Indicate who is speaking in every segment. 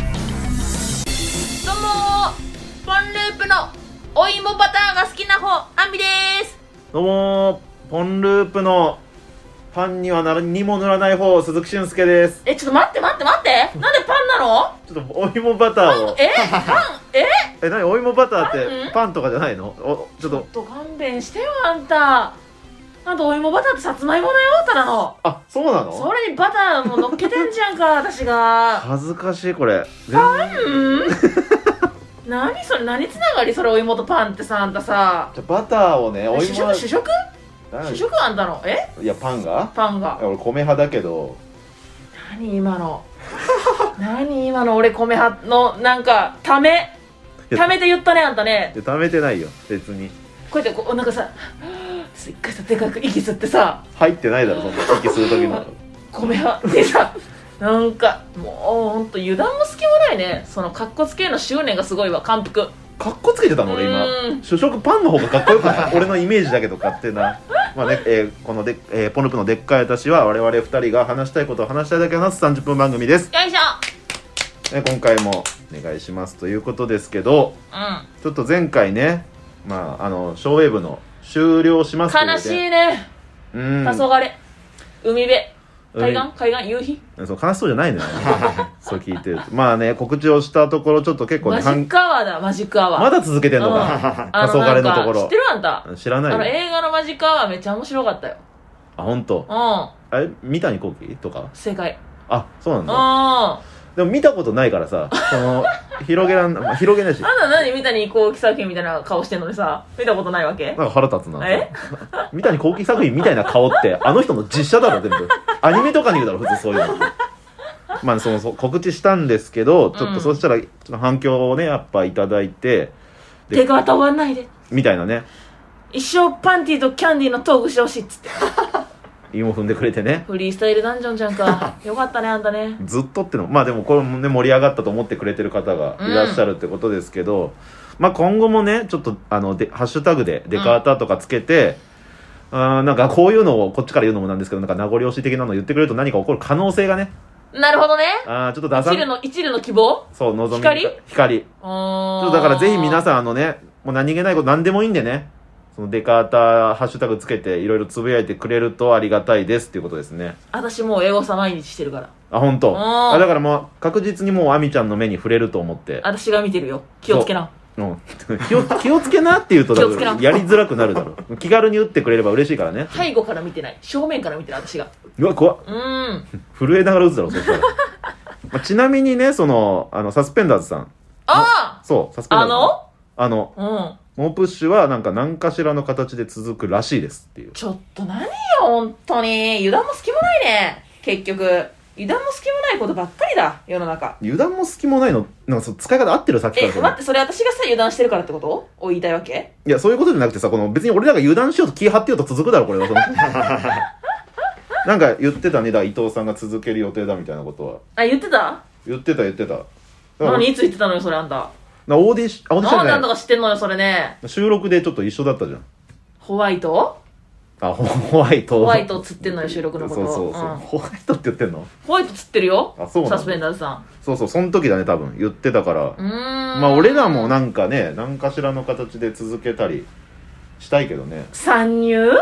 Speaker 1: どうもーワンループのお芋バターが好きな方アンビです
Speaker 2: どうもーポンループのパンにはならにも塗らない方鈴木俊介です
Speaker 1: えちょっと待って待って待ってなんでパンなの
Speaker 2: ちょっとお芋バターを
Speaker 1: えパンえ
Speaker 2: え何お芋バターっ
Speaker 1: パン
Speaker 2: てパンとかじゃないのおちょっと
Speaker 1: ちょっと勘弁してよあんたあんたお芋バターってさつまいもだよただの
Speaker 2: あそうな
Speaker 1: そ
Speaker 2: の
Speaker 1: れにバターも乗っけてんじゃ んか私が
Speaker 2: 恥ずかしいこれ全
Speaker 1: う
Speaker 2: 然
Speaker 1: ん何それ何つながりそれお芋とパンってさあんたさ
Speaker 2: じゃバターをねお
Speaker 1: 主
Speaker 2: 芋
Speaker 1: 食主食主
Speaker 2: 何
Speaker 1: 食あんたのえ
Speaker 2: いやパンが
Speaker 1: パン
Speaker 2: い
Speaker 1: が
Speaker 2: や俺米派だけど
Speaker 1: 何今の 何今の俺米派のなんかため
Speaker 2: いや
Speaker 1: ためて言ったねあんたね
Speaker 2: いや食べてないよ別に
Speaker 1: こうやってこうなんかさ一回さでかく息吸ってさ
Speaker 2: 入ってないだろそんな息する時の
Speaker 1: 米派でさなんかもうほんと油断も隙もないねそのかっこつけの執念がすごいわ感服
Speaker 2: かっこつけてたの俺今
Speaker 1: うん
Speaker 2: 主食パンの方がかっこよくない 俺のイメージだけど勝手なまあね、えーこので、えーポルプのでっかい私は我々2人が話したいことを話したいだけ話す30分番組です、
Speaker 1: よいしょ
Speaker 2: ね、今回もお願いしますということですけど
Speaker 1: う
Speaker 2: ちょっと前回ねまああのショーウェーブの終了しますというん
Speaker 1: 悲
Speaker 2: ね
Speaker 1: しいね
Speaker 2: うん
Speaker 1: 黄昏海辺海
Speaker 2: うん
Speaker 1: 岸海岸夕日
Speaker 2: そう悲しそうじゃないのよ そう聞いてるとまあね告知をしたところちょっと結構
Speaker 1: マ
Speaker 2: ね
Speaker 1: ジックアワーだマジックアワー
Speaker 2: まだ続けてんの
Speaker 1: うん
Speaker 2: か
Speaker 1: あ
Speaker 2: 黄
Speaker 1: な
Speaker 2: 昏
Speaker 1: んか
Speaker 2: のとこ
Speaker 1: 知っ
Speaker 2: ろ
Speaker 1: てるあんた
Speaker 2: 知らない
Speaker 1: あ
Speaker 2: よ
Speaker 1: の映画のマジックアワーめっちゃ面白かったよ
Speaker 2: あ本当
Speaker 1: う
Speaker 2: あれ三谷幸喜とか
Speaker 1: ん正解
Speaker 2: あそうな
Speaker 1: うんん
Speaker 2: だ
Speaker 1: あ
Speaker 2: でも見たことないからさ、その、広げらん、まあ広げないし、なん
Speaker 1: な何三谷幸喜作品みたいな顔してんのにさ見たことないわけ
Speaker 2: か腹立つな
Speaker 1: え。
Speaker 2: 三谷幸喜作品みたいな顔って、あの人の実写だろ、全 部。アニメとかにいるだろ、普通そういうの。まあ、その、そう告知したんですけど、ちょっ
Speaker 1: うん
Speaker 2: とそしたら、ちょっと反響をね、やっぱいただいて、で
Speaker 1: 手が当わんないで
Speaker 2: みたいなね、
Speaker 1: 一生パンティとキャンディーのトークしてほしいっつって
Speaker 2: 芋踏んでくれてね。
Speaker 1: フリースタイルダンジョンじゃん かよかったねあんたね
Speaker 2: ずっとってのまあでもこれもね盛り上がったと思ってくれてる方がいらっしゃるってことですけど、まあ今後もねちょっとあのでハッシュタグでデカータとかつけて、あーなんかこういうのをこっちから言うのもなんですけどなんか名残惜しい的なのを言ってくれると何か起こる可能性がね
Speaker 1: なるほどね
Speaker 2: あーちょっと出さ
Speaker 1: 一縷の一縷の希望
Speaker 2: そう望み
Speaker 1: 光
Speaker 2: 光ちょっと
Speaker 1: だ
Speaker 2: だからぜひ皆
Speaker 1: ん
Speaker 2: さんあのねもう何気ないこと何でもいいんでねそのデカータハッシュタグつけていろいろつぶやいてくれるとありがたいですっていうことですね
Speaker 1: 私もう英語さ毎日してるから
Speaker 2: あ本当
Speaker 1: ん
Speaker 2: あだからもう確実にもうアミちゃんの目に触れると思って
Speaker 1: 私が見てるよ気をつけな
Speaker 2: うん、 気を気をつけなって言うとだ
Speaker 1: 気をつけ
Speaker 2: か
Speaker 1: な
Speaker 2: らやりづらくなるだろう気軽に打ってくれれば嬉しいからね
Speaker 1: 背後から見てない正面から見てる私が
Speaker 2: うわ怖っ
Speaker 1: う ーん
Speaker 2: 震えながら打つだろそしたら、 まあ、ちなみにねそのあのサスペンダーズさん
Speaker 1: あ
Speaker 2: そうサスペンダ
Speaker 1: あ
Speaker 2: ーズさん
Speaker 1: の
Speaker 2: あの
Speaker 1: うん
Speaker 2: 猛プッシュはなんか何かしらの形で続くらしいですっていう
Speaker 1: ちょっと何よ本当に油断も隙もないね結局油断も隙もないことばっかりだ世の中
Speaker 2: 油断も隙もないのなんかその使い方合ってるさっきか
Speaker 1: え
Speaker 2: らその
Speaker 1: 待ってそれ私がさ油断してるからってことを言いたいわけ
Speaker 2: いやそういうことじゃなくてさこの別に俺らが油断しようと気張ってようと続くだろこれはその なんか言ってたねだから伊藤さんが続ける予定だみたいなことは
Speaker 1: あ言ってた
Speaker 2: 言ってた言ってただから
Speaker 1: 何いつ言ってたのよそれあんた
Speaker 2: なオーディション、あオーディション
Speaker 1: な
Speaker 2: じ
Speaker 1: んであ
Speaker 2: ゃ
Speaker 1: んた
Speaker 2: ない
Speaker 1: が知ってんのよそれね
Speaker 2: 収録でちょっと一緒だったじゃん。
Speaker 1: ホワイト
Speaker 2: あ、ホホワイト。
Speaker 1: ホワイトを釣ってんのよ収録のこと
Speaker 2: そうそうそう。
Speaker 1: うん
Speaker 2: ホワイトって言ってんの
Speaker 1: ホワイト釣ってるよ
Speaker 2: あそうなんだ
Speaker 1: サスペンダーズさん
Speaker 2: そうそう、その時だね、多分。言ってたから
Speaker 1: うー。んま
Speaker 2: まあ、俺らもなんかね、何かしらの形で続けたりしたいけどね。
Speaker 1: 参入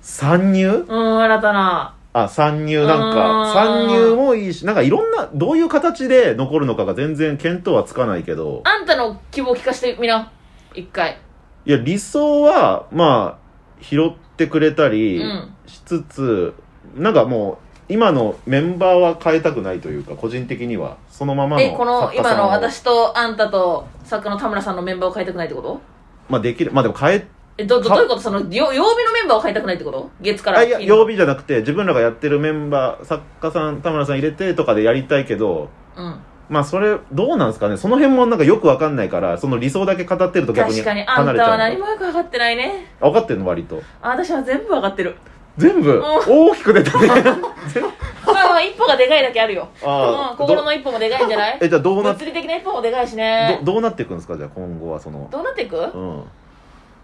Speaker 2: 参入
Speaker 1: うん新たな
Speaker 2: あ、参入なん
Speaker 1: うーん
Speaker 2: か、参入もいいし、なんかいろんな、どういう形で残るのかが全然見当はつかないけど、
Speaker 1: あんたの希望聞かせてみな一回
Speaker 2: いや、理想は、まあ、拾ってくれたり
Speaker 1: うん
Speaker 2: しつつ、なんかもう、今のメンバーは変えたくないというか、個人的には、そのままの
Speaker 1: えこの
Speaker 2: 作家
Speaker 1: 今
Speaker 2: さんを
Speaker 1: の私とあんたと作家の田村さんのメンバーを変えたくないってこと
Speaker 2: まあできる、まあでも変え、
Speaker 1: えどどど
Speaker 2: は
Speaker 1: ういうことそのよ曜日のメンバーを変えたくないってこと月から
Speaker 2: あい
Speaker 1: 金
Speaker 2: や、曜日じゃなくて、自分らがやってるメンバー、作家さん、田村さん入れてとかでやりたいけど、
Speaker 1: うん、
Speaker 2: まあそれ、どうなんですかね、その辺もなんかよくわかんないから、その理想だけ語ってると逆に
Speaker 1: 確かにあ
Speaker 2: 離
Speaker 1: ん
Speaker 2: れち
Speaker 1: た
Speaker 2: ゃ
Speaker 1: は
Speaker 2: う
Speaker 1: 何
Speaker 2: のか。
Speaker 1: もよく分かってないね
Speaker 2: あ分かってんの割と。
Speaker 1: あ私は全部分かってる
Speaker 2: 全部、
Speaker 1: ん
Speaker 2: 大きく出たね。全部
Speaker 1: まあまあ一歩がでかいだけあるよ、
Speaker 2: あー
Speaker 1: うん、心の一歩もでかいんじゃない
Speaker 2: えじゃあどうなっ
Speaker 1: 物理的な一歩もでかいしね
Speaker 2: どどうなっていくんですかじゃあ今後はその
Speaker 1: どうなっていく、
Speaker 2: うん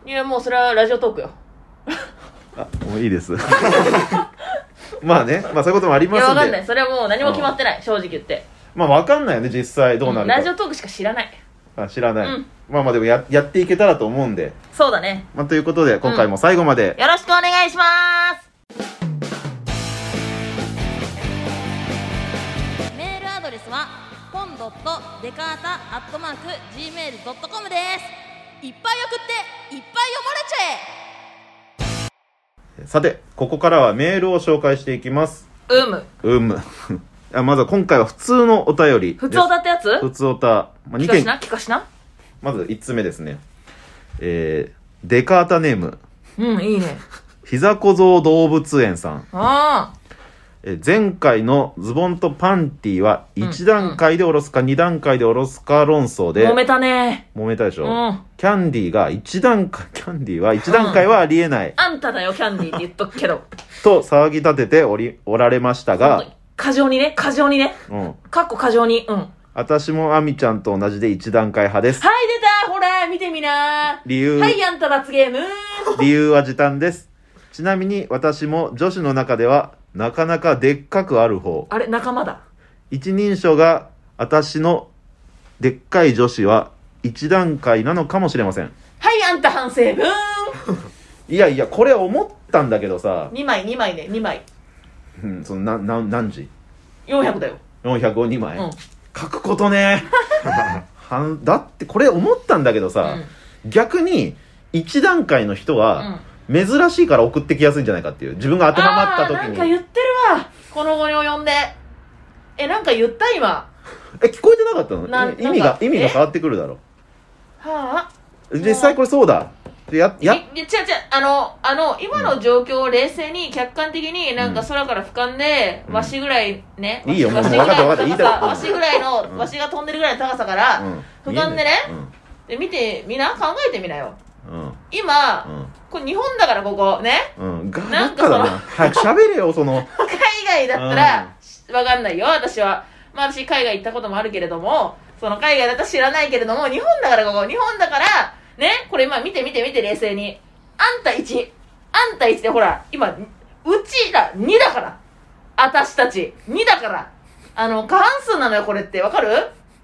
Speaker 1: いやもうそれはラジオトークよ
Speaker 2: あもういいです まあねまあそういうこともあり
Speaker 1: い
Speaker 2: ま
Speaker 1: や
Speaker 2: す
Speaker 1: わ
Speaker 2: んで
Speaker 1: かんないそれはもう何も決まってない正直言って
Speaker 2: まあわかんないよね実際どうなるか、
Speaker 1: ラジオトークしか知らない
Speaker 2: あ知らない、
Speaker 1: うん
Speaker 2: まあまあでもややっていけたらと思うんで、
Speaker 1: そうだね
Speaker 2: まあ、ということで今回も最後まで、
Speaker 1: よろしくお願いしますメールアドレスはポンドットデカータアットマーク Gmail.com ですいっぱい送っていっぱい読まれち
Speaker 2: さてここからはメールを紹介していきます
Speaker 1: ゃえうむ
Speaker 2: うむ あまずは今回は普通のお便りです
Speaker 1: 普通だってやつ
Speaker 2: 普通おた、まあ、2
Speaker 1: 聞かし
Speaker 2: 件
Speaker 1: な聞かしな
Speaker 2: まず1つ目ですねえー、デカータネーム
Speaker 1: うんいいね
Speaker 2: ひざ小僧動物園さん
Speaker 1: あ
Speaker 2: えー前回のズボンとパンティーは1段階で下ろすか2段階で下ろすか論争
Speaker 1: あ
Speaker 2: で
Speaker 1: 揉めたね
Speaker 2: 揉めたでし
Speaker 1: う
Speaker 2: ょ、
Speaker 1: んあ
Speaker 2: キャンディーが1段階キャンディーは1段階はありえない
Speaker 1: んただよキャンディーって言っとくけど
Speaker 2: と騒ぎ立てておりおられましたが、
Speaker 1: 過剰にね過剰にね
Speaker 2: うん、
Speaker 1: かっこ過剰にうんはい
Speaker 2: 私もアミちゃんと同じで1段階派です
Speaker 1: 出たほら見てみな
Speaker 2: 理由、
Speaker 1: はいあんた罰ゲーム
Speaker 2: 理由は時短ですちなみに私も女子の中ではなかなかでっかくある方
Speaker 1: あれ仲間だ
Speaker 2: 一人称が私のでっかい女子は1段階なのかもしれません
Speaker 1: はいあんた反省文
Speaker 2: いやいやこれ思ったんだけどさ、
Speaker 1: 2枚2枚ね2枚
Speaker 2: うん、そのなな何時
Speaker 1: 400だよ
Speaker 2: 400を2枚、
Speaker 1: うん
Speaker 2: 書くこと ねはんだってこれ思ったんだけどさ、逆に1段階の人は珍しいから送ってきやすいんじゃないかっていう自分が当てはまった
Speaker 1: あーなん
Speaker 2: 時
Speaker 1: か
Speaker 2: に
Speaker 1: 言ってるわこの後に及んでえなんか言った今
Speaker 2: え聞こえてなかったの
Speaker 1: なん
Speaker 2: 意味
Speaker 1: なん
Speaker 2: が
Speaker 1: か
Speaker 2: 意味が変わってくるだろ
Speaker 1: はあ
Speaker 2: 実際これそうだでや
Speaker 1: いや
Speaker 2: や
Speaker 1: 違う違うあのあの今の状況を冷静に客観的になんか空から俯瞰で、
Speaker 2: うん
Speaker 1: わしぐらいね
Speaker 2: いいよもう
Speaker 1: わし
Speaker 2: もう分かった分かった言い
Speaker 1: ぐ
Speaker 2: たい
Speaker 1: らいの高さわしぐらいの、
Speaker 2: うん
Speaker 1: わしが飛んでるぐらいの高さから、
Speaker 2: うん
Speaker 1: 俯瞰でね
Speaker 2: う
Speaker 1: で見てみな考えてみなよ
Speaker 2: んうん
Speaker 1: 今、これ日本だからここね
Speaker 2: うんうんがな
Speaker 1: なんん
Speaker 2: か
Speaker 1: か
Speaker 2: だ
Speaker 1: その
Speaker 2: な早く喋れよその
Speaker 1: 海外だったらわかんないよ私はまあ私海外行ったこともあるけれどもその海外だったら知らないけれども日本だからここ日本だからねこれ今見て見て見て冷静にあんた1あんた1でほら今うちだ2だから私たち2だからあの過半数なのよこれってわかる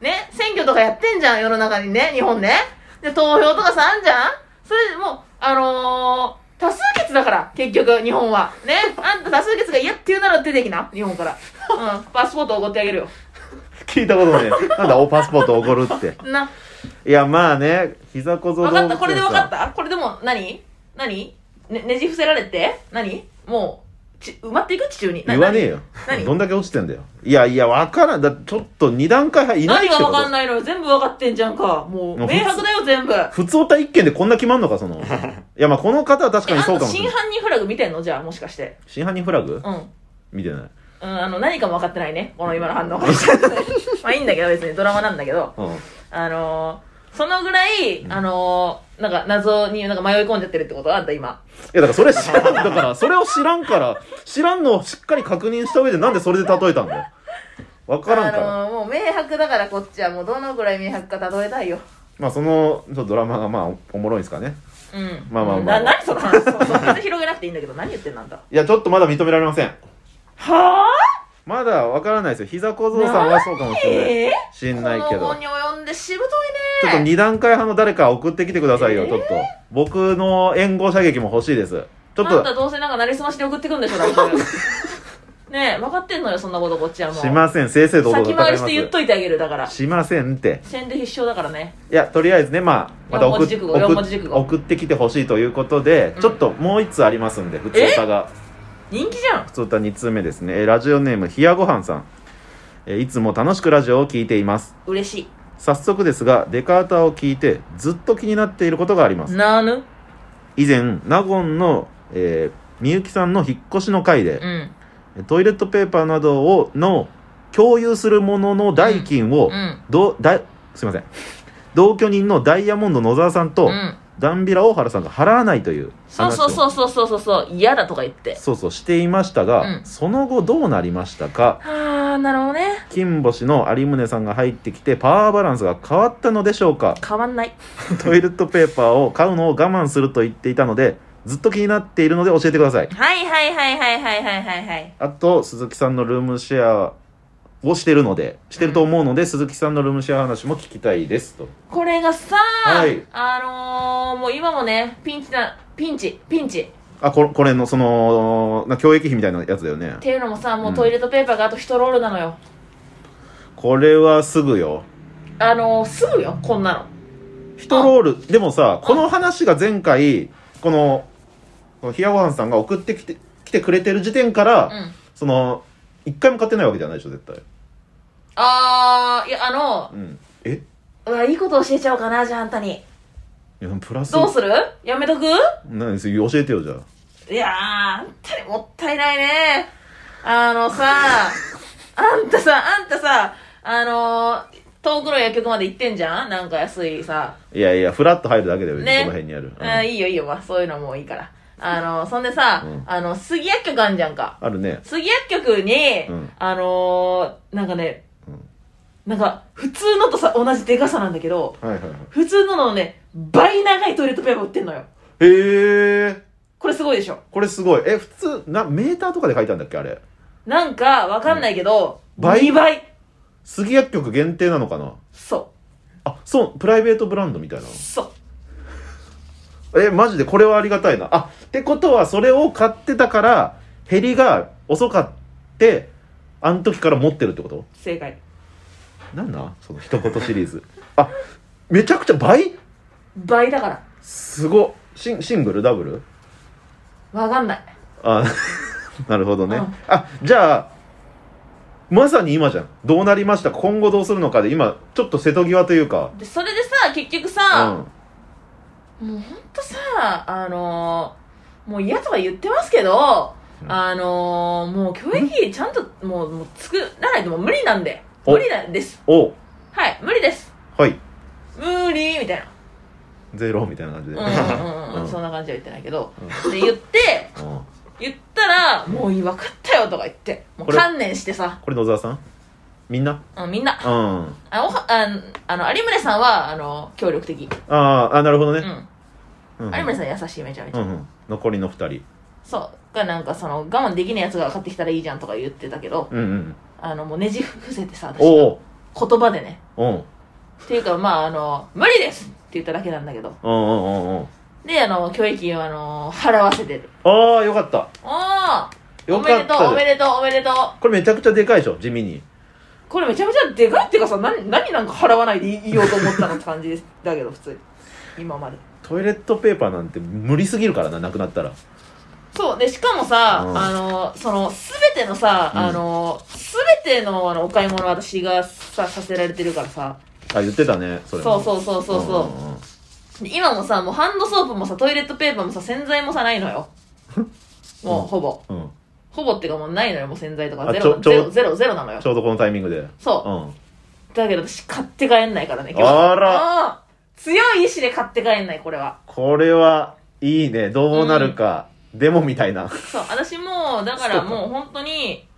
Speaker 1: ね選挙とかやってんじゃん世の中にね日本ねで投票とかさあんじゃんそれでもうあのー、多数決だから結局日本はねあんた多数決が嫌って言うなら出てきな日本からうんパスポートおごってあげるよ
Speaker 2: 聞いたことねえなんだおパスポート怒るって
Speaker 1: ない
Speaker 2: やまあね膝小僧
Speaker 1: 分かったこれで分かったたこれでもう何何ねねじ伏せられて何もうち埋まっていく地中にな
Speaker 2: 言わねえよ
Speaker 1: 何
Speaker 2: どんだけ落ちてんだよいやいや分からんだちょっと2段階はいないって
Speaker 1: 何が
Speaker 2: こと
Speaker 1: 分かんないのよ全部分かってんじゃんかもう
Speaker 2: もう
Speaker 1: 明白だよ全部
Speaker 2: 普通歌一件でこんな決まんのかそのいやまあこの方は確
Speaker 1: え
Speaker 2: かに
Speaker 1: あ
Speaker 2: そ
Speaker 1: ん
Speaker 2: うか
Speaker 1: た
Speaker 2: もしれ
Speaker 1: 真
Speaker 2: ない
Speaker 1: 犯人フラグ見てんのじゃあもしかして
Speaker 2: 真犯人フラグ
Speaker 1: うんうん
Speaker 2: 見てない
Speaker 1: あの何かも分かってないねこの今の反 応まあいいんだけど別にドラマなんだけど
Speaker 2: うん
Speaker 1: あのー、そのぐらい、あのー、なんか謎になんか迷い込んじゃってるってことあんた今。
Speaker 2: いやだからそれ知らん だからそれを知らんから知らんのをしっかり確認した上でなんでそれで例えたんだよ分からんから、
Speaker 1: あのー、もう明白だからこっちはもうどのぐらい明白かたどえたいよ。
Speaker 2: まあそのちょっとドラマがまあおおもろいんですかね
Speaker 1: うん。
Speaker 2: まあまあまあ
Speaker 1: な、何その話そそんな広げなくていいんだけど、何言ってんなんだ。
Speaker 2: いやちょっとまだ認められません
Speaker 1: は
Speaker 2: まだ分からないですよ膝小僧さんはそうかもし
Speaker 1: ぁ
Speaker 2: れない
Speaker 1: え
Speaker 2: 知
Speaker 1: ぇ、
Speaker 2: ん
Speaker 1: ー、
Speaker 2: ないけ
Speaker 1: この
Speaker 2: ど
Speaker 1: 後に及んでしぶと
Speaker 2: ちょっ
Speaker 1: い
Speaker 2: と
Speaker 1: ね。
Speaker 2: 2段階派の誰か送ってきてくださいよ、
Speaker 1: えー
Speaker 2: ちょっと僕の援護射撃も欲しいですちょっ
Speaker 1: あんた
Speaker 2: と
Speaker 1: どうせなんかなりすましで送ってくんでしょ、だって。 ねえ、分かってんのよ、そんなことこっちはもう。
Speaker 2: しません正々堂々
Speaker 1: 先
Speaker 2: 戦
Speaker 1: 回
Speaker 2: い
Speaker 1: り
Speaker 2: ま
Speaker 1: し
Speaker 2: す
Speaker 1: て言っといてあげる、だから。
Speaker 2: しませんって
Speaker 1: 先で必勝だからね。
Speaker 2: いやとりあえずねまあまた送っ
Speaker 1: 四文字熟語四文字熟語
Speaker 2: 送送ってきてほしいということで、
Speaker 1: うん
Speaker 2: ちょっともう1つありますんで普通歌が
Speaker 1: 人気じゃん。
Speaker 2: 普通歌2通目ですねえーラジオネームひやごはんさんえーいつも楽しくラジオを聞いています
Speaker 1: 嬉し
Speaker 2: 早速ですがデカータを聞いてずっと気になっていることがありま
Speaker 1: い。
Speaker 2: す
Speaker 1: なーぬ
Speaker 2: 以前納言の、えー、みゆきさんの引っ越しの回で、
Speaker 1: うん。
Speaker 2: トイレットペーパーなどをの共有するものの代金を、
Speaker 1: うん。
Speaker 2: どだすいません同居人のダイヤモンド野沢さんと、
Speaker 1: うん。
Speaker 2: ダンビラ大原さんが払わないという
Speaker 1: そうそう
Speaker 2: う
Speaker 1: そうそうそうそうそう嫌だとか言って
Speaker 2: そうそうしていましたが、
Speaker 1: うん
Speaker 2: その後どうなりましたか
Speaker 1: ああなるほどね
Speaker 2: 金星の有宗さんが入ってきてパワーバランスが変わったのでしょうか
Speaker 1: 変わんない
Speaker 2: トイレットペーパーを買うのを我慢すると言っていたのでずっと気になっているので教えてください
Speaker 1: はいはいはいはいはいはいはいはい
Speaker 2: あと鈴木さんのルームシェアをしてるのでしてると思うので、鈴木さんのルームシェア話も聞きたいですと
Speaker 1: これがさ、
Speaker 2: はい
Speaker 1: あのー、もう今もねピンチなピンチピンチ
Speaker 2: あこれこれのそのな教育費みたいなやつだよね
Speaker 1: っていうのもさもううんトイレットペーパーがあと1ロールなのよ、
Speaker 2: これはすぐよ
Speaker 1: あのー、すぐよこんなの
Speaker 2: 一ロールでもさこの話が前回このこのひやごはんさんが送ってきて来てくれてる時点から、
Speaker 1: うん
Speaker 2: その一回も買ってないわけじゃないでしょ絶対、
Speaker 1: あーいやあの
Speaker 2: うん、え
Speaker 1: うわいいこと教えちゃおうかなじゃああんたに
Speaker 2: いやプラス
Speaker 1: どうするやめとく
Speaker 2: 何それ教えてよじゃあ
Speaker 1: いやーあんたにもったいないねあのさあんたさあんたさあのー、遠くの薬局まで行ってんじゃんなんか安いさ
Speaker 2: いやいやフラッと入るだけだよ、
Speaker 1: ね
Speaker 2: ね、この辺にある、うん
Speaker 1: あいいよいいよ、まあ、そういうのもういいから。あの、そんでさ、
Speaker 2: うん
Speaker 1: あの、杉薬局あんじゃんか。
Speaker 2: あるね
Speaker 1: 杉薬局に、
Speaker 2: うん
Speaker 1: あのー、なんかね、
Speaker 2: うん
Speaker 1: なんか、普通のとさ、同じでかさなんだけど、
Speaker 2: はいはいはい
Speaker 1: 普通ののね、倍長いトイレットペーパー売ってんのよ。
Speaker 2: へえ
Speaker 1: これすごいでしょ。
Speaker 2: これすごいえ普通なメーターとかで書いたんだっけあれ
Speaker 1: なんか、わかんないけど、
Speaker 2: うん倍
Speaker 1: 2倍。
Speaker 2: 杉薬局限定なのかな
Speaker 1: そ。
Speaker 2: あそうプライベートブランドみたいう
Speaker 1: そう。
Speaker 2: なえマジでこれはありがたいなあってことはそれを買ってたから減りが遅かってあの時から持ってるってこと
Speaker 1: 正解。
Speaker 2: なんだその一言シリーズあめちゃくちゃ倍
Speaker 1: 倍だから。
Speaker 2: すごっシンシングルダブル
Speaker 1: わかんない。
Speaker 2: あ なるほどね、
Speaker 1: うん
Speaker 2: あじゃあまさに今じゃんどうなりました今後どうするのかで今ちょっと瀬戸際というか
Speaker 1: で、それでさ、結局
Speaker 2: う
Speaker 1: さ、
Speaker 2: ん、
Speaker 1: もうほんとさ、あのー、もう嫌とか言ってますけど、
Speaker 2: うん
Speaker 1: あのー、もう教育費ちゃんともうもう作らないともう無理なんで
Speaker 2: お
Speaker 1: 無理なんです
Speaker 2: お
Speaker 1: はい無理です
Speaker 2: はい
Speaker 1: 無理みたい
Speaker 2: ゼロみたいな感じで、
Speaker 1: なうんうんうん、
Speaker 2: うん
Speaker 1: そんな感じは言ってないけど、で言って
Speaker 2: うん
Speaker 1: 言ったら「もういい分かったよ」とか言ってもう
Speaker 2: これ
Speaker 1: 観念してさ、
Speaker 2: これ野沢さんみんな
Speaker 1: うん、みんな
Speaker 2: うんあ
Speaker 1: あおはああの有村さんはあの協力的、
Speaker 2: あーあなるほどね、
Speaker 1: うん、
Speaker 2: うんうん、
Speaker 1: 有村さん優しいめちゃめちゃ、
Speaker 2: うんうん残りの二人
Speaker 1: そうがなんかその我慢できないやつが買ってきたらいいじゃんとか言ってたけど
Speaker 2: うんうん
Speaker 1: あのもうねじ伏せてさ私
Speaker 2: お
Speaker 1: が
Speaker 2: お
Speaker 1: 言葉でね
Speaker 2: うんうん
Speaker 1: っていうかまああの無理ですって言っただけなんだけど
Speaker 2: うんうんうん
Speaker 1: であの教育費をあの払わせてる
Speaker 2: ああよかった
Speaker 1: おー
Speaker 2: よ
Speaker 1: おめ
Speaker 2: か
Speaker 1: で
Speaker 2: っ
Speaker 1: とう
Speaker 2: た
Speaker 1: おめでとうおめでとう
Speaker 2: これめちゃくちゃでかいでしょ地味に
Speaker 1: これめちゃめちゃでかいっていうかさ何何なんか払わないでいいようと思ったのって感じですだけど普通に今まで
Speaker 2: トイレットペーパーなんて無理すぎるからななくなったら
Speaker 1: そうでしかもさ、
Speaker 2: うん
Speaker 1: あのその全てのさ、
Speaker 2: うん
Speaker 1: あの全てのあのお買い物私がささせられてるからさ
Speaker 2: あ言ってたねそ
Speaker 1: そう
Speaker 2: れも
Speaker 1: そうそうそうそう、
Speaker 2: んんん
Speaker 1: で今もさもうハンドソープもさトイレットペーパーもさ洗剤もさないの よもうほぼ
Speaker 2: うん、
Speaker 1: ほぼっていうかもうないのよもう洗剤とか
Speaker 2: あ
Speaker 1: ゼ
Speaker 2: ち
Speaker 1: ロ
Speaker 2: ょち
Speaker 1: ゼ
Speaker 2: ょ
Speaker 1: ロゼロゼロなのよ
Speaker 2: ちょうどこのタイミングで。うん。
Speaker 1: そう、
Speaker 2: あ
Speaker 1: だけど私買って帰んないからね今日
Speaker 2: ら、
Speaker 1: ら強い意志で買って帰んないこれは
Speaker 2: これはいいね。どうなるか。でもみたいな。
Speaker 1: そう私もうだか
Speaker 2: そう
Speaker 1: ら
Speaker 2: か
Speaker 1: もう本当に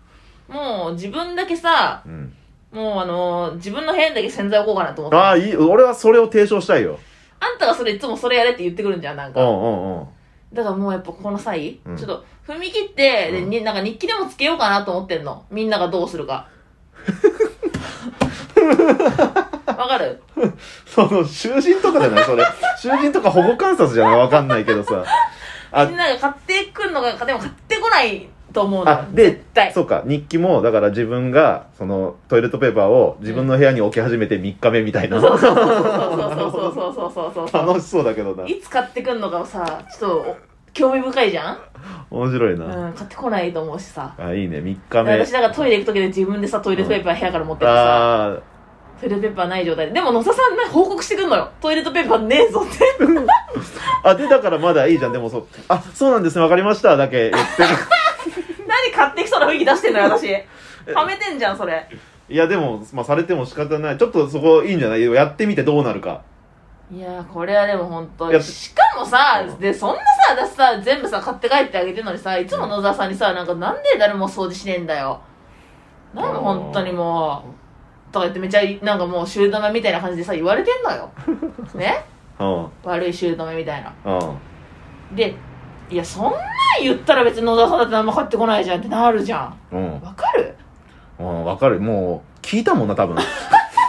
Speaker 1: もう自分だけさ
Speaker 2: うん。
Speaker 1: もうあのー自分の部屋にだけ洗剤置こうかなと思って
Speaker 2: ああ、いい。俺はそれを提唱したいよ。
Speaker 1: あんたがそれいつもそれやれって言ってくるんじゃんなん
Speaker 2: うんう
Speaker 1: か
Speaker 2: んうん。
Speaker 1: だからもうやっぱこの際、
Speaker 2: うん
Speaker 1: ちょっと踏み切ってで
Speaker 2: うん
Speaker 1: になんか日記でもつけようかなと思ってんのみんながどうす るかわかる
Speaker 2: その、囚人とかじゃないそれ。囚人とか保護観察じゃないわかんないけどさ。あ
Speaker 1: みんなが買ってくるのがでも買ってこないと思うのよ
Speaker 2: あ、で
Speaker 1: 絶対、
Speaker 2: そうか、日記も、だから自分が、その、トイレットペーパーを自分の部屋に置き始めて3日目みたいな。
Speaker 1: そうそうそうそうそうそうそうそうそうそうそう
Speaker 2: 楽しそうだけどな。
Speaker 1: いつ買ってくんのかさちょっと興味深いじゃん、
Speaker 2: 面白いうな。
Speaker 1: ん、買ってこないと思うしさ
Speaker 2: あ、いいね。3日目
Speaker 1: 私。だからトイレ行く時で自分でさトイレットペーパー部屋から持ってってさ、
Speaker 2: ああ、
Speaker 1: トイレットペーパーない状態ででも野田さんね報告してくんのよトイレットペーパーねえぞって
Speaker 2: あ、で、だからまだいいじゃん。でもそう、あ、そうなんですね、わかりました、だけ言ってる。
Speaker 1: 何買ってきそうな雰囲気出してんのよ私はめてんじゃんそれ
Speaker 2: いや、でも、まあ、されても仕方ない。ちょっとそこいいんじゃないやってみてどうなるか。
Speaker 1: いやーこれはでも本
Speaker 2: いや
Speaker 1: 当しかもさ、
Speaker 2: うん
Speaker 1: でそんなさ私さ全部さ買って帰ってあげてるのにさいつも野沢さんにさなんかなんで誰も掃除しねえんだよなんか本当にもうとか言ってめっちゃなんかもうシュート目みたいな感じでさ言われてんの よね
Speaker 2: うんうん
Speaker 1: 悪いシュート目みたいなでいやそんなん言ったら別に野沢さんだって何も買ってこないじゃんってなるじゃん
Speaker 2: うん
Speaker 1: わかる
Speaker 2: うんわかるもう聞いたもんな多 分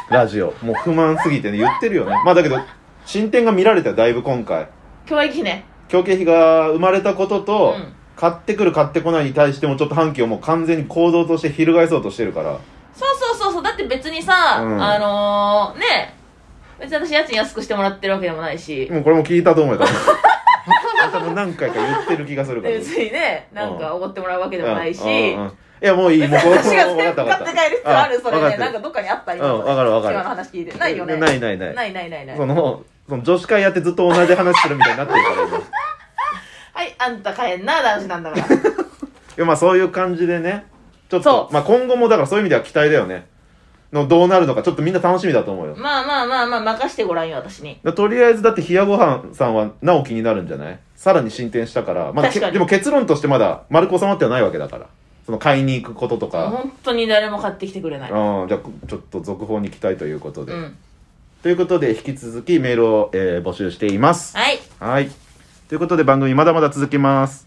Speaker 2: ラジオもう不満すぎてね言ってるよねまあだけど進展が見られたよだいぶ今回
Speaker 1: 教育費ね
Speaker 2: 狂気費が生まれたこと
Speaker 1: う
Speaker 2: と、
Speaker 1: ん
Speaker 2: 買ってくる買ってこないに対してもちょっと反旗をもう完全に行動として翻そうとしてるから
Speaker 1: そうそうそうそうだって別にさ、
Speaker 2: うん
Speaker 1: あのー、ね別に私家賃安くしてもらってるわけでもないし、
Speaker 2: もうこれも聞いたと思うよ多 分多分何回か言ってる気がするから
Speaker 1: 別にねなんかおごってもらうわけでもないし、
Speaker 2: うんうんうんいやもういいもうこ
Speaker 1: 私が全
Speaker 2: 分かった
Speaker 1: 部
Speaker 2: 分か
Speaker 1: 買
Speaker 2: っ
Speaker 1: ったて帰る必要あるそれ
Speaker 2: 分かっ
Speaker 1: ね
Speaker 2: てる
Speaker 1: なんかどっかにあった
Speaker 2: うん
Speaker 1: 今
Speaker 2: 分かる分かる
Speaker 1: 今の話聞いてないよね
Speaker 2: ないいないない
Speaker 1: ないないないない
Speaker 2: そのその女子会やってずっと同じ話するみたいになってるから今 い
Speaker 1: はいあんた帰んな男子なん だから
Speaker 2: やまあそういう感じでねちょっ
Speaker 1: そ
Speaker 2: と
Speaker 1: う
Speaker 2: まあ今後もだからそういう意味では期待だよねのどうなるのかちょっとみんな楽しみだと思うよ
Speaker 1: まあまあまあまあ任してごらんよ私に
Speaker 2: だとりあえずだって冷やごはんさんは直樹になるんじゃないさらに進展したから、まあ、け
Speaker 1: 確かに
Speaker 2: でも結論としてまだ丸く収まってはないわけだからその買いに行くこととか、
Speaker 1: 本当に誰も買ってきてくれない
Speaker 2: うん、じゃあちょっと続報に期待ということで、
Speaker 1: うん
Speaker 2: ということで引き続きメールを、えー募集しています
Speaker 1: はい
Speaker 2: はいということで番組まだまだ続きます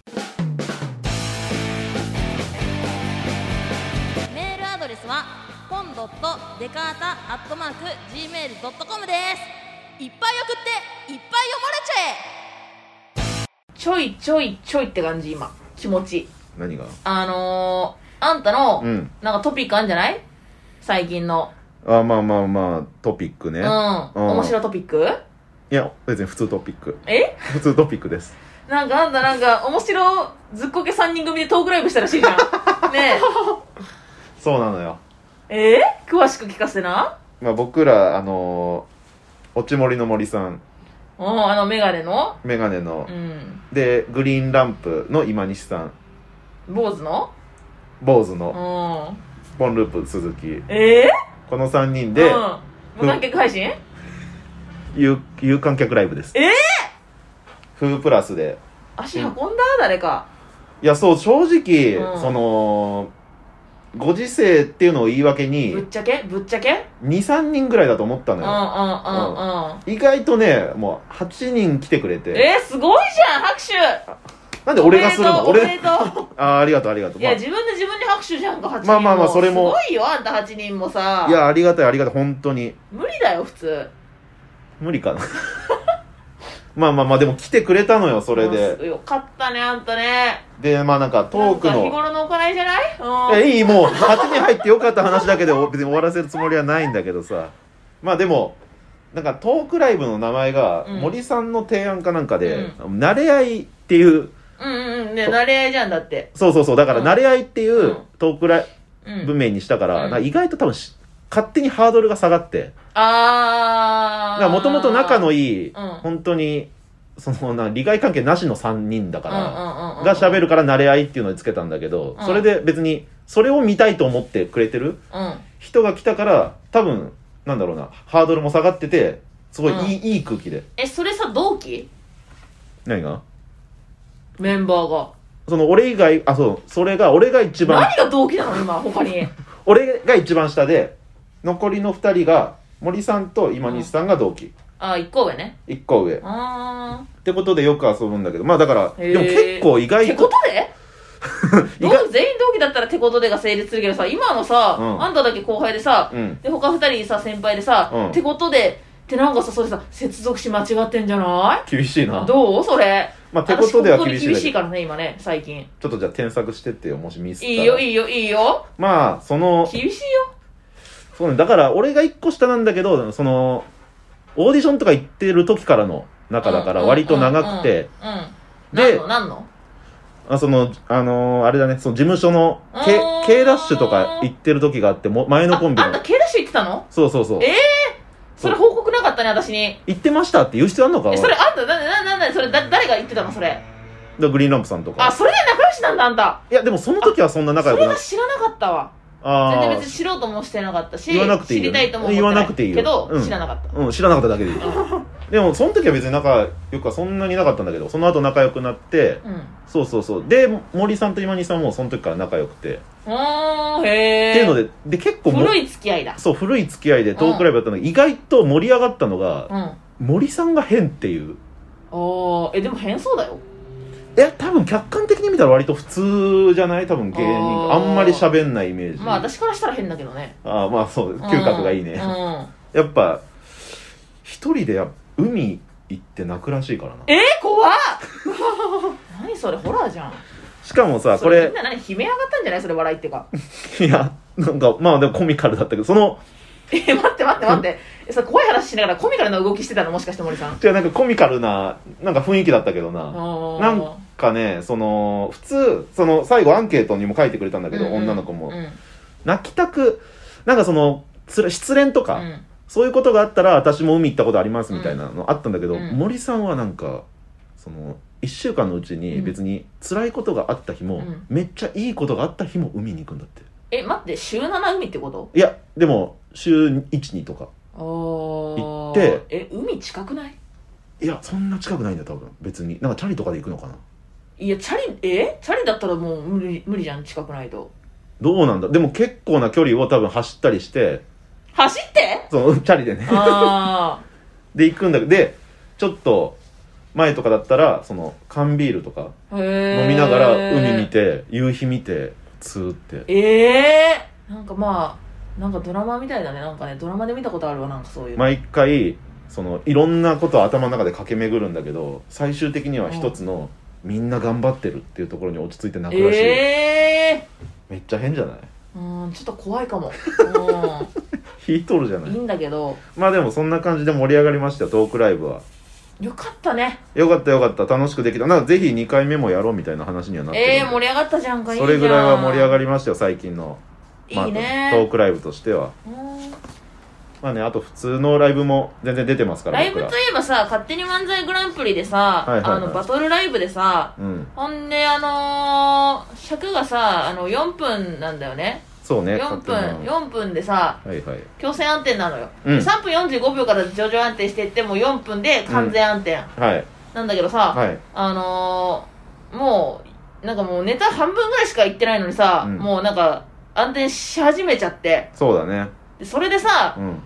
Speaker 3: メールアドレスはポンドットデカータアットマーク Gmail.com ですいっぱい送っていっぱい読まれちゃえ
Speaker 1: ちょいちょいちょいって感じ今気持ち
Speaker 2: 何が
Speaker 1: あのー、あんたの、
Speaker 2: うん
Speaker 1: なんかトピックあんじゃない最近の
Speaker 2: あまあまあまあトピックね、
Speaker 1: うん
Speaker 2: い
Speaker 1: 面白トピック
Speaker 2: や別に普通トピック
Speaker 1: え
Speaker 2: 普通トピックです
Speaker 1: なんかあんたなんか面白ずっこけ3人組でトークライブしたらしいじゃ んね
Speaker 2: そうなのよ
Speaker 1: ええ詳しく聞かせてな
Speaker 2: まあ僕らあのー、落ち森の森さん
Speaker 1: うんあのメガネの
Speaker 2: メガネの
Speaker 1: うん
Speaker 2: でグリーンランプの今西さん
Speaker 1: 坊主の
Speaker 2: 坊主の
Speaker 1: うん
Speaker 2: ポンループ鈴木
Speaker 1: ええ
Speaker 2: この3人で
Speaker 1: うん、無観客配信
Speaker 2: 有有観客ライブです
Speaker 1: えー
Speaker 2: フープラスで
Speaker 1: 足運んだ誰か
Speaker 2: いやそう正直、
Speaker 1: うん
Speaker 2: そのご時世っていうのを言い訳
Speaker 1: ぶっ
Speaker 2: に
Speaker 1: ちゃけぶっちゃけ
Speaker 2: 23人ぐらいだと思った
Speaker 1: う
Speaker 2: の
Speaker 1: んうん
Speaker 2: よ、
Speaker 1: うんうん
Speaker 2: 意外とねもう8人来てくれて
Speaker 1: えー、すごいじゃん拍手
Speaker 2: なんで俺がするの
Speaker 1: おめで
Speaker 2: 俺
Speaker 1: とうおめで と
Speaker 2: あーありがとうありがと
Speaker 1: う
Speaker 2: う
Speaker 1: いや
Speaker 2: まあ
Speaker 1: 自分で自分に拍手じゃんか8人も
Speaker 2: まあまあまあそれも
Speaker 1: すごいよあんた8人もさ
Speaker 2: いやありがたいありがたい本当に
Speaker 1: 無理だよ普通
Speaker 2: 無理 かなまあまあまあでも来てくれたのよそれで
Speaker 1: うんよかったねあんたね
Speaker 2: でまあなんかトーク
Speaker 1: なんか
Speaker 2: の
Speaker 1: 日頃の行いじゃないうん
Speaker 2: えいいもう8に入ってよかった話だけでお別に終わらせるつもりはないんだけどさまあでもなんかトークライブの名前が
Speaker 1: うん
Speaker 2: 森さんの提案かなんかで「慣れ合い」っていう
Speaker 1: うんうんうんね
Speaker 2: そう
Speaker 1: 慣れ合いじゃんだって
Speaker 2: そうそうそうだから
Speaker 1: う
Speaker 2: 「
Speaker 1: ん
Speaker 2: 慣れ合い」っていううんトークライ
Speaker 1: う
Speaker 2: ブ
Speaker 1: ん
Speaker 2: 名にしたから
Speaker 1: うん
Speaker 2: なんか意外と多分し勝手にハードルが下がって
Speaker 1: ああ
Speaker 2: もともと仲のいい
Speaker 1: うん
Speaker 2: 本当にそのな利害関係なしの3人だから。が
Speaker 1: が
Speaker 2: 喋るから慣れ合いっていうのにつけたんだけど、
Speaker 1: うん
Speaker 2: それで別にそれを見たいと思ってくれてる
Speaker 1: うんうん
Speaker 2: 人が来たから多分なんだろうなハードルも下がっててすごいいい,、いい空気で
Speaker 1: えそれさ同期
Speaker 2: 何が
Speaker 1: メンバーが
Speaker 2: その俺以外あそうそれが俺が一番
Speaker 1: 何が同期なの今 他に
Speaker 2: 俺が一番下で残りの2人が森さんと今西さんが同期、
Speaker 1: ああ一個上ね
Speaker 2: 一1個上っ
Speaker 1: あ
Speaker 2: てことでよく遊ぶんだけどまあだから
Speaker 1: へー
Speaker 2: でも結構意
Speaker 1: あ
Speaker 2: 外
Speaker 1: てこととで
Speaker 2: 意
Speaker 1: 同
Speaker 2: 外
Speaker 1: 期全員同期だったらてことでが成立するけどさ今のさ
Speaker 2: うん
Speaker 1: あんただけ後輩でさ
Speaker 2: うん
Speaker 1: で他二人さ先輩でさ
Speaker 2: うん
Speaker 1: てことでってなんかさそれさ接続詞間違ってんじゃない
Speaker 2: 厳しいな
Speaker 1: どうそれ
Speaker 2: まあてことでは厳しい
Speaker 1: 私ここに厳
Speaker 2: だ
Speaker 1: し
Speaker 2: け
Speaker 1: い
Speaker 2: ど
Speaker 1: からね今ね最近
Speaker 2: ちょっとじゃあ添削してってよもしミスった
Speaker 1: い
Speaker 2: ら
Speaker 1: いよいいよいいよ
Speaker 2: まあその
Speaker 1: 厳しいよ
Speaker 2: そうねだから俺が1個下なんだけどそのオーディションとか行ってる時からの中だから割と長くて、
Speaker 1: うんうんうん
Speaker 2: で
Speaker 1: うん何の何の
Speaker 2: あそのあのーあれだねその事務所の
Speaker 1: う
Speaker 2: K,
Speaker 1: ーん
Speaker 2: K ダッシュとか行ってる時があっても前のコンビ
Speaker 1: ああん
Speaker 2: の
Speaker 1: た K ダッシュ行ってたの
Speaker 2: そうそうそう
Speaker 1: えそれ
Speaker 2: そう
Speaker 1: 報告なかったね私に
Speaker 2: 行ってましたって言う必要あんのか
Speaker 1: えそれあんたななななそれだ誰が言ってたのそれ
Speaker 2: だグリーンランプさんと
Speaker 1: あ
Speaker 2: か
Speaker 1: それで仲良しなんだあんた
Speaker 2: いやでもその時はそんな仲
Speaker 1: そ
Speaker 2: 良く
Speaker 1: れ
Speaker 2: な
Speaker 1: が
Speaker 2: く
Speaker 1: 知らなかったわ全
Speaker 2: あ
Speaker 1: 然別に
Speaker 2: ー
Speaker 1: 知ろうともしてなかったし
Speaker 2: 言わなくていいよ
Speaker 1: 知りたいとも思って
Speaker 2: 言わなくていいよ
Speaker 1: けど、
Speaker 2: うん
Speaker 1: 知らなかった
Speaker 2: うん知らなかっただけでいいでもその時は別に仲良くはそんなになかったんだけどその後仲良くなって
Speaker 1: うん
Speaker 2: そうそうそうで森さんと今西さんもその時から仲良くて、
Speaker 1: おーへえ
Speaker 2: っていうのでで結構も
Speaker 1: 古い付き合いだ
Speaker 2: そう古い付き合いでトークライブやったのが意外と盛り上がったのが、
Speaker 1: うん
Speaker 2: 森さんが変っていう
Speaker 1: おーえでも変そうだよ
Speaker 2: え多分客観的に見たら割と普通じゃない多分芸人
Speaker 1: あ
Speaker 2: あ
Speaker 1: ー
Speaker 2: んまり喋んないイメージ
Speaker 1: まあ私からしたら変だけどね
Speaker 2: あーまあそう嗅覚がいいね、
Speaker 1: うんうん
Speaker 2: やっぱ一人でや海行って泣くらしいからな
Speaker 1: えー、怖っ 何それホラーじゃん
Speaker 2: しかもさ
Speaker 1: そ
Speaker 2: こ
Speaker 1: れみ
Speaker 2: れ
Speaker 1: んな何悲鳴上がったんじゃないそれ笑いっていうか
Speaker 2: いやなんかまあでもコミカルだったけどその
Speaker 1: えー、待って待って待ってえさ怖い話しながらコミカルな動きしてたのもしかして森さん
Speaker 2: じゃなんかコミカルななんか雰囲気だったけどなな
Speaker 1: なん
Speaker 2: かねその普通その最後アンケートにも書いてくれたんだけど、女の子も、
Speaker 1: うん
Speaker 2: 泣きたくなんかそのつら失恋と
Speaker 1: う
Speaker 2: か、
Speaker 1: ん
Speaker 2: そういうことがあったら私も海行ったことありますみたいなのあったんだけど、
Speaker 1: うん
Speaker 2: 森さんはなんかその1週間のうちに
Speaker 1: うん
Speaker 2: 別に辛いことがあった日も、
Speaker 1: うん
Speaker 2: めっちゃいいことがあった日も海に行くんだって
Speaker 1: え待って週7海ってこと
Speaker 2: いやでも週12とか
Speaker 1: 行
Speaker 2: 行って
Speaker 1: え海近くない
Speaker 2: いやそんな近くないんだよ多分別になんかチャリとかで行くのかない
Speaker 1: やチャリえチャリだったらもう無理無理じゃん近くないと
Speaker 2: どうなんだでも結構な距離を多分走ったりして
Speaker 1: 走って
Speaker 2: その チャリでね
Speaker 1: あ
Speaker 2: で行くんだけどでちょっと前とかだったらその缶ビールとか
Speaker 1: あ 飲
Speaker 2: 飲みながら海見て夕日見てツーって
Speaker 1: ええー、なんかまあなんかドラマみたいだねなんかねドラマで見たことあるわなんかそういうの
Speaker 2: 毎回そのいろんなことを頭の中で駆け巡るんだけど最終的には一つの、みんな頑張ってるっていうところに落ち着いて泣くらしい、
Speaker 1: ええ
Speaker 2: めっちゃ変じゃない
Speaker 1: ー、うんちょっと怖いかも、う、
Speaker 2: 引いとるじゃなん
Speaker 1: いい
Speaker 2: い
Speaker 1: んだけど
Speaker 2: まあでもそんな感じで盛り上がりましたよトークライブは
Speaker 1: よかったね
Speaker 2: よかったよかった楽しくできたなんかぜひ2回目もやろうみたいな話にはなってるんで
Speaker 1: ええー、盛り上がったじゃんかいいじゃ
Speaker 2: そ
Speaker 1: ん
Speaker 2: れぐらいは盛り上がりましたよ最近の、まあ
Speaker 1: いい
Speaker 2: トー
Speaker 1: ね、
Speaker 2: クライブとしては
Speaker 1: うん
Speaker 2: まあねあと普通のライブも全然出てますから
Speaker 1: ライブ
Speaker 2: 僕
Speaker 1: とい
Speaker 2: ら
Speaker 1: えばさ勝手に漫才グランプリでさ、
Speaker 2: はいはいはい
Speaker 1: あのバトルライブでさ
Speaker 2: うん
Speaker 1: ほんであのー、尺がさあの4分なんだよね
Speaker 2: そうね
Speaker 1: 4分
Speaker 2: 勝手な
Speaker 1: 4分でさ
Speaker 2: はいはい
Speaker 1: 強制安定なのよ、
Speaker 2: うん
Speaker 1: 3分45秒から徐々安定していってもう4分で完全安定
Speaker 2: はい
Speaker 1: なんだけどさ、
Speaker 2: はい
Speaker 1: あのー、もうなんかもうネタ半分ぐらいしか言ってないのにさ、
Speaker 2: うん
Speaker 1: もうなんか安定し始めちゃって
Speaker 2: そうだね
Speaker 1: でそれでさ
Speaker 2: うん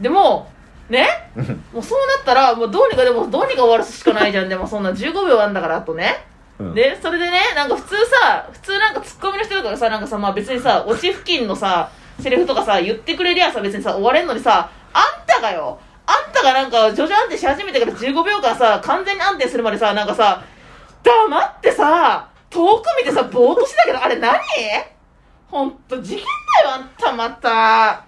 Speaker 1: でもね
Speaker 2: うん
Speaker 1: もうそうなったらもうどうにかでもどうにか終わらすしかないじゃんでもそんな15秒あんだからあとね
Speaker 2: うん
Speaker 1: でそれでねなんか普通さ普通なんかツッコミの人とかがさなんかさまあ別にさオチ付近のさセリフとかさ言ってくれりゃさ別にさ終われんのにさあんたがよあんたがなんか徐々安定し始めてから15秒間さ完全に安定するまでさなんかさ黙ってさ遠く見てさぼーっとしてたけどあれ何ほんと事件だよあんたまた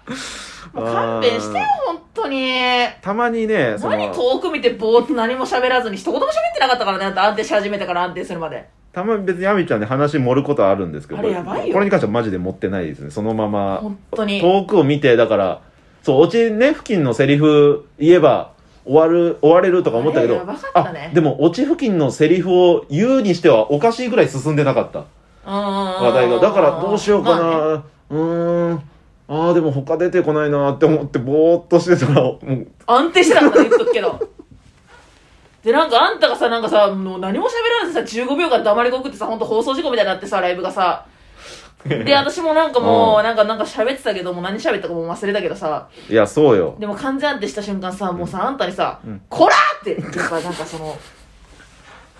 Speaker 1: もう勘弁してよ
Speaker 2: あ
Speaker 1: ほんとに
Speaker 2: たまにねそ
Speaker 1: 何
Speaker 2: の
Speaker 1: 遠く見てぼーっと何も喋らずに一言も喋ってなかったからねあんた安定し始めてから安定するまで
Speaker 2: たまに別に亜美ちゃんで話盛ることあるんですけど
Speaker 1: あれやばいよ
Speaker 2: これに関してはマジで持ってないですねそのまま
Speaker 1: 本当に
Speaker 2: 遠くを見てだからそうオチね付近のセリフ言えば終わる終われるとか思ったけ
Speaker 1: あ
Speaker 2: ど
Speaker 1: れやばかったね
Speaker 2: でもオチ付近のセリフを言うにしてはおかしいぐらい進んでなかった話
Speaker 1: 話
Speaker 2: 題がだからどうしようかな、うーんあーでも他出てこないなーって思ってぼーっとしてたらもう
Speaker 1: 安定してたから言っとくけどでなんかあんたがさなんかさもう何も喋らずさ15秒間黙りこくってさ本当放送事故みたいになってさライブがさで私もなんかも
Speaker 2: う
Speaker 1: うんなんかなんか喋ってたけどもう何喋ったかもう忘れたけどさ
Speaker 2: いやそうよ
Speaker 1: でも完全安定した瞬間さもうさあんたにさ
Speaker 2: うん
Speaker 1: 「こら!」って言ってさなんかその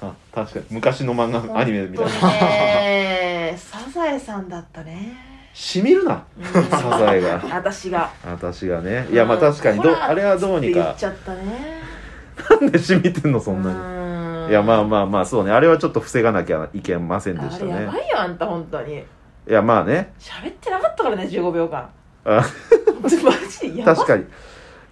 Speaker 2: あ確かに昔の漫画アニメみたい
Speaker 1: 本
Speaker 2: な
Speaker 1: 当にねサザエさんだったね
Speaker 2: しみるな
Speaker 1: うん
Speaker 2: サザエが
Speaker 1: 私が
Speaker 2: 私がねいやまあ
Speaker 1: うん
Speaker 2: 確かに
Speaker 1: ほ
Speaker 2: ど
Speaker 1: ら
Speaker 2: あれはどう
Speaker 1: って
Speaker 2: に
Speaker 1: 言っ
Speaker 2: か
Speaker 1: ちゃったね
Speaker 2: なんで染みてんのそんな
Speaker 1: な
Speaker 2: にいやまあまあまあそうねあれはちょっと防がなきゃいけませんで
Speaker 1: あ
Speaker 2: した
Speaker 1: れやば
Speaker 2: ね
Speaker 1: いよあんた本当に
Speaker 2: いやまあね
Speaker 1: 喋ってなかったからね15秒間
Speaker 2: あ
Speaker 1: マジでやば
Speaker 2: 確かにい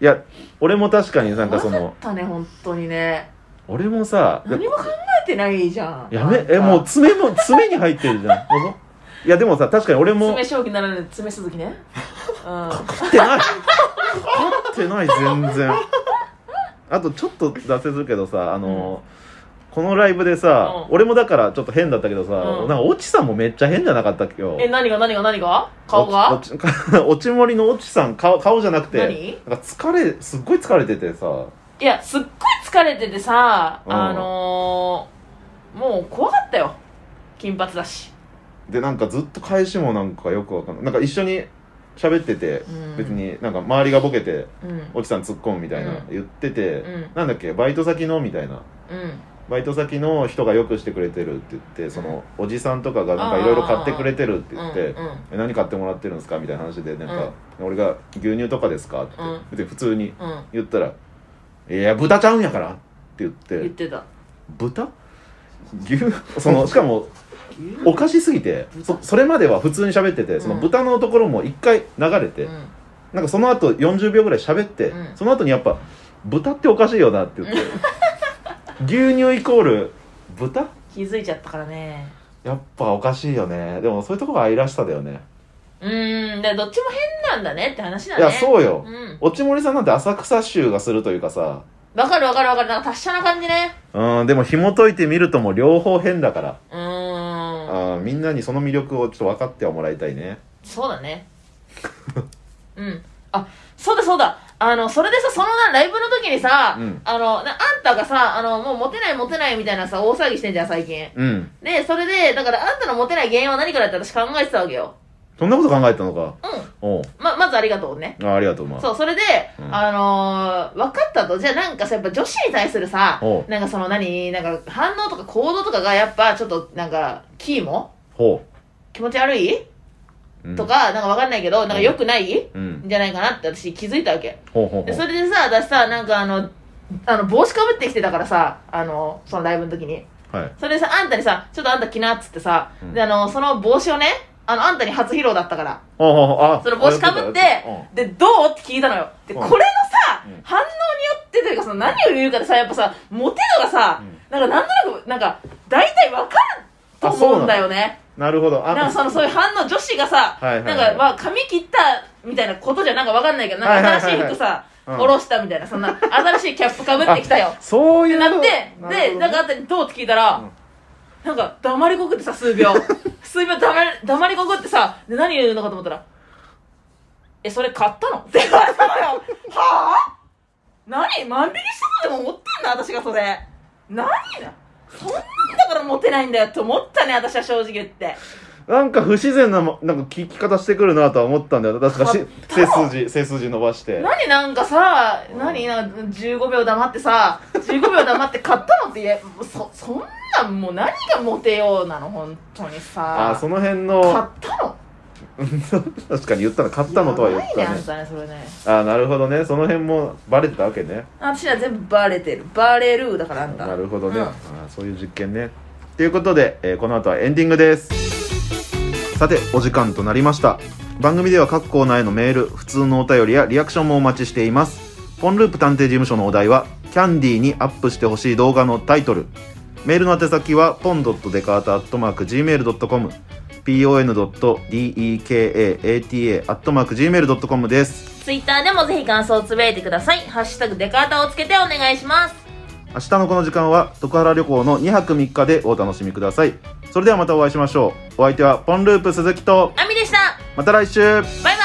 Speaker 2: や俺も確かになんかそ
Speaker 1: やば
Speaker 2: の
Speaker 1: かったね本当にね
Speaker 2: 俺もさ
Speaker 1: 何も考えてないじゃん
Speaker 2: やめえもう爪も爪に入ってるじ ゃんもういやでもさ確かに俺も
Speaker 1: 爪将棋ならぬ爪鈴木ね うん
Speaker 2: 勝ってない勝ってない全然あとちょっと出せるけどさあの、このライブでさ、
Speaker 1: うん
Speaker 2: 俺もだからちょっと変だったけどさ、
Speaker 1: うん
Speaker 2: なんかオチさんもめっちゃ変じゃなかったっけよ
Speaker 1: え何が何が何が顔が
Speaker 2: オチオ チオチ盛りのオチさん顔顔じゃなくて
Speaker 1: 何
Speaker 2: なんか疲れすっごい疲れててさ
Speaker 1: いや、すっごい疲れててさ、
Speaker 2: うん
Speaker 1: あのー、もう怖かったよ。金髪だし。
Speaker 2: でなんかずっと返しもなんかよくわかんないなんか一緒に喋ってて、
Speaker 1: うん
Speaker 2: 別になんか周りがボケて
Speaker 1: うん。
Speaker 2: 「落ちさん突っ込む」みたいな
Speaker 1: うん
Speaker 2: 言ってて、
Speaker 1: うん
Speaker 2: なんだっけバイト先のみたいな
Speaker 1: うん。
Speaker 2: バイト先の人がよくしてくれてるって言ってそのおじさんとかがなんかいろいろ買ってくれてるって言って、
Speaker 1: うんうん
Speaker 2: え何買ってもらってるんですかみたいな話でなんか、俺が「牛乳とかですか?」って言って、で普通に
Speaker 1: うん。
Speaker 2: 言ったら「いや豚ちゃうんやから」って言っ
Speaker 1: 言っててた。
Speaker 2: 「豚牛そのしかもおかしすぎてそそれまでは普通に喋っててその
Speaker 1: うん
Speaker 2: 豚のところも一回流れて、
Speaker 1: うん
Speaker 2: なんかその後40秒ぐらい喋って、
Speaker 1: うん
Speaker 2: その後にやっぱ「豚っておかしいよな」って言 って「牛乳イコール豚
Speaker 1: 気づいちゃったからね。
Speaker 2: やっぱおかしいよね」でもそういうとこが愛らしさだよね
Speaker 1: うーん。で、どっちも変なんだねって話だ
Speaker 2: い
Speaker 1: ね。
Speaker 2: やそうよ、
Speaker 1: うん。
Speaker 2: 落ち森さんなんて浅草臭がするというかさ
Speaker 1: わかるわかるわかる。なんか達者な感じね。
Speaker 2: うんでも紐解いてみるともう両方変だから、
Speaker 1: うーん。
Speaker 2: あーみんなにその魅力をちょっと分かってはもらいたいね
Speaker 1: そうだね。うん。あ、そうだそうだ。あの、それでさ、そのな、ライブの時にさ、
Speaker 2: うん
Speaker 1: あの、なあんたがさ、あの、もうモテないモテないみたいなさ、大騒ぎしてんじゃん、最近。
Speaker 2: うん
Speaker 1: で、それで、だからあんたのモテない原因は何かだって私考えてたわけよ。
Speaker 2: そんなこと考えたのか
Speaker 1: うん。
Speaker 2: おう
Speaker 1: ま、まずありがとうね。
Speaker 2: あありがとうまあ
Speaker 1: そう、それで、
Speaker 2: うん
Speaker 1: あのー、分かったと。じゃあなんかさ、やっぱ女子に対するさ
Speaker 2: お、う
Speaker 1: なんかその何、なんか反応とか行動とかがやっぱちょっとなんか、キーも
Speaker 2: ほ
Speaker 1: 気持ち悪い、
Speaker 2: う、うん
Speaker 1: とか、なんかわかんないけど、なんか良くない、
Speaker 2: うん
Speaker 1: んじゃないかなって私気づいたわけ。
Speaker 2: ほうほう
Speaker 1: で
Speaker 2: ほ
Speaker 1: そうれでさ私さなんかあのあの帽子かぶってきてたからさあのそのライブの時に
Speaker 2: はい
Speaker 1: それでさあんたにさ「ちょっとあんた着な」っつってさ、
Speaker 2: うん
Speaker 1: であのその帽子をねあのあんたに初披露だったから
Speaker 2: ほうほうほうあ
Speaker 1: その帽子かぶって
Speaker 2: うん
Speaker 1: で「どう?」って聞いたのよで
Speaker 2: うん
Speaker 1: これのさ、
Speaker 2: うん
Speaker 1: 反応によってというかその何を言うかでさやっぱさモテ度がさ、
Speaker 2: うん
Speaker 1: なんかなんとなくなんか大体わかると思うんだよね
Speaker 2: なるほどあ
Speaker 1: なんかそのそういう反応女子がさ、
Speaker 2: はいはいはい
Speaker 1: なんかまあ髪切ったみたいなことじゃなんかわかんないけどなんか新しい服さ、
Speaker 2: はいはいはいうん
Speaker 1: 下ろしたみたいなそんな新しいキャップかぶってきたよ
Speaker 2: あそう
Speaker 1: っ
Speaker 2: い
Speaker 1: て
Speaker 2: う
Speaker 1: な
Speaker 2: こと
Speaker 1: ってで
Speaker 2: るほどね
Speaker 1: なんかあったにどうって聞いたら、
Speaker 2: うん
Speaker 1: なんか黙りこくってさ 数秒数秒黙り黙りこくってさで何言うのかと思ったら「えそれ買ったの?」って言われ たのよはあ何万引きしたとでも思ってんだ私がそれ何だそんなんだからモテないんだよって思ったね私は正直言って
Speaker 2: なんか不自然なもなんか聞き方してくるなとは思ったんだよ確かし背筋背筋伸ばして
Speaker 1: 何なんかさ
Speaker 2: うん
Speaker 1: 何なんか15秒黙ってさ15秒黙って買ったのって言えそそんなんもう何がモテようなの本当にさ
Speaker 2: あーその辺
Speaker 1: 買っ
Speaker 2: の
Speaker 1: たの
Speaker 2: 確かに言ったの買ったのとは言っ
Speaker 1: や
Speaker 2: た
Speaker 1: ばいねあん
Speaker 2: ね
Speaker 1: たねそれね
Speaker 2: ああなるほどねその辺もバレてたわけね
Speaker 1: 私ら全部バレてるバレるだからあんた
Speaker 2: なるほどね、
Speaker 1: うん
Speaker 2: あーそういう実験ねということで、えーこの後はエンディングですさてお時間となりました番組では各コーナーへのメール普通のお便りやリアクションもお待ちしていますポンループ探偵事務所のお題はキャンディーにアップしてほしい動画のタイトルメールの宛先はポンドットデカータアットマーク Gmail.com pon.dekata アットマーク Gmail.com です
Speaker 1: ツイッターでもぜひ感想をつぶやいてください「ハッシュタグデカータ」をつけてお願いします
Speaker 2: 明日のこの時間は徳原旅行の2泊3日でお楽しみくださいそれではまたお会いしましょうお相手はポンループ鈴木と
Speaker 1: あみでした
Speaker 2: また来週
Speaker 1: バイバイ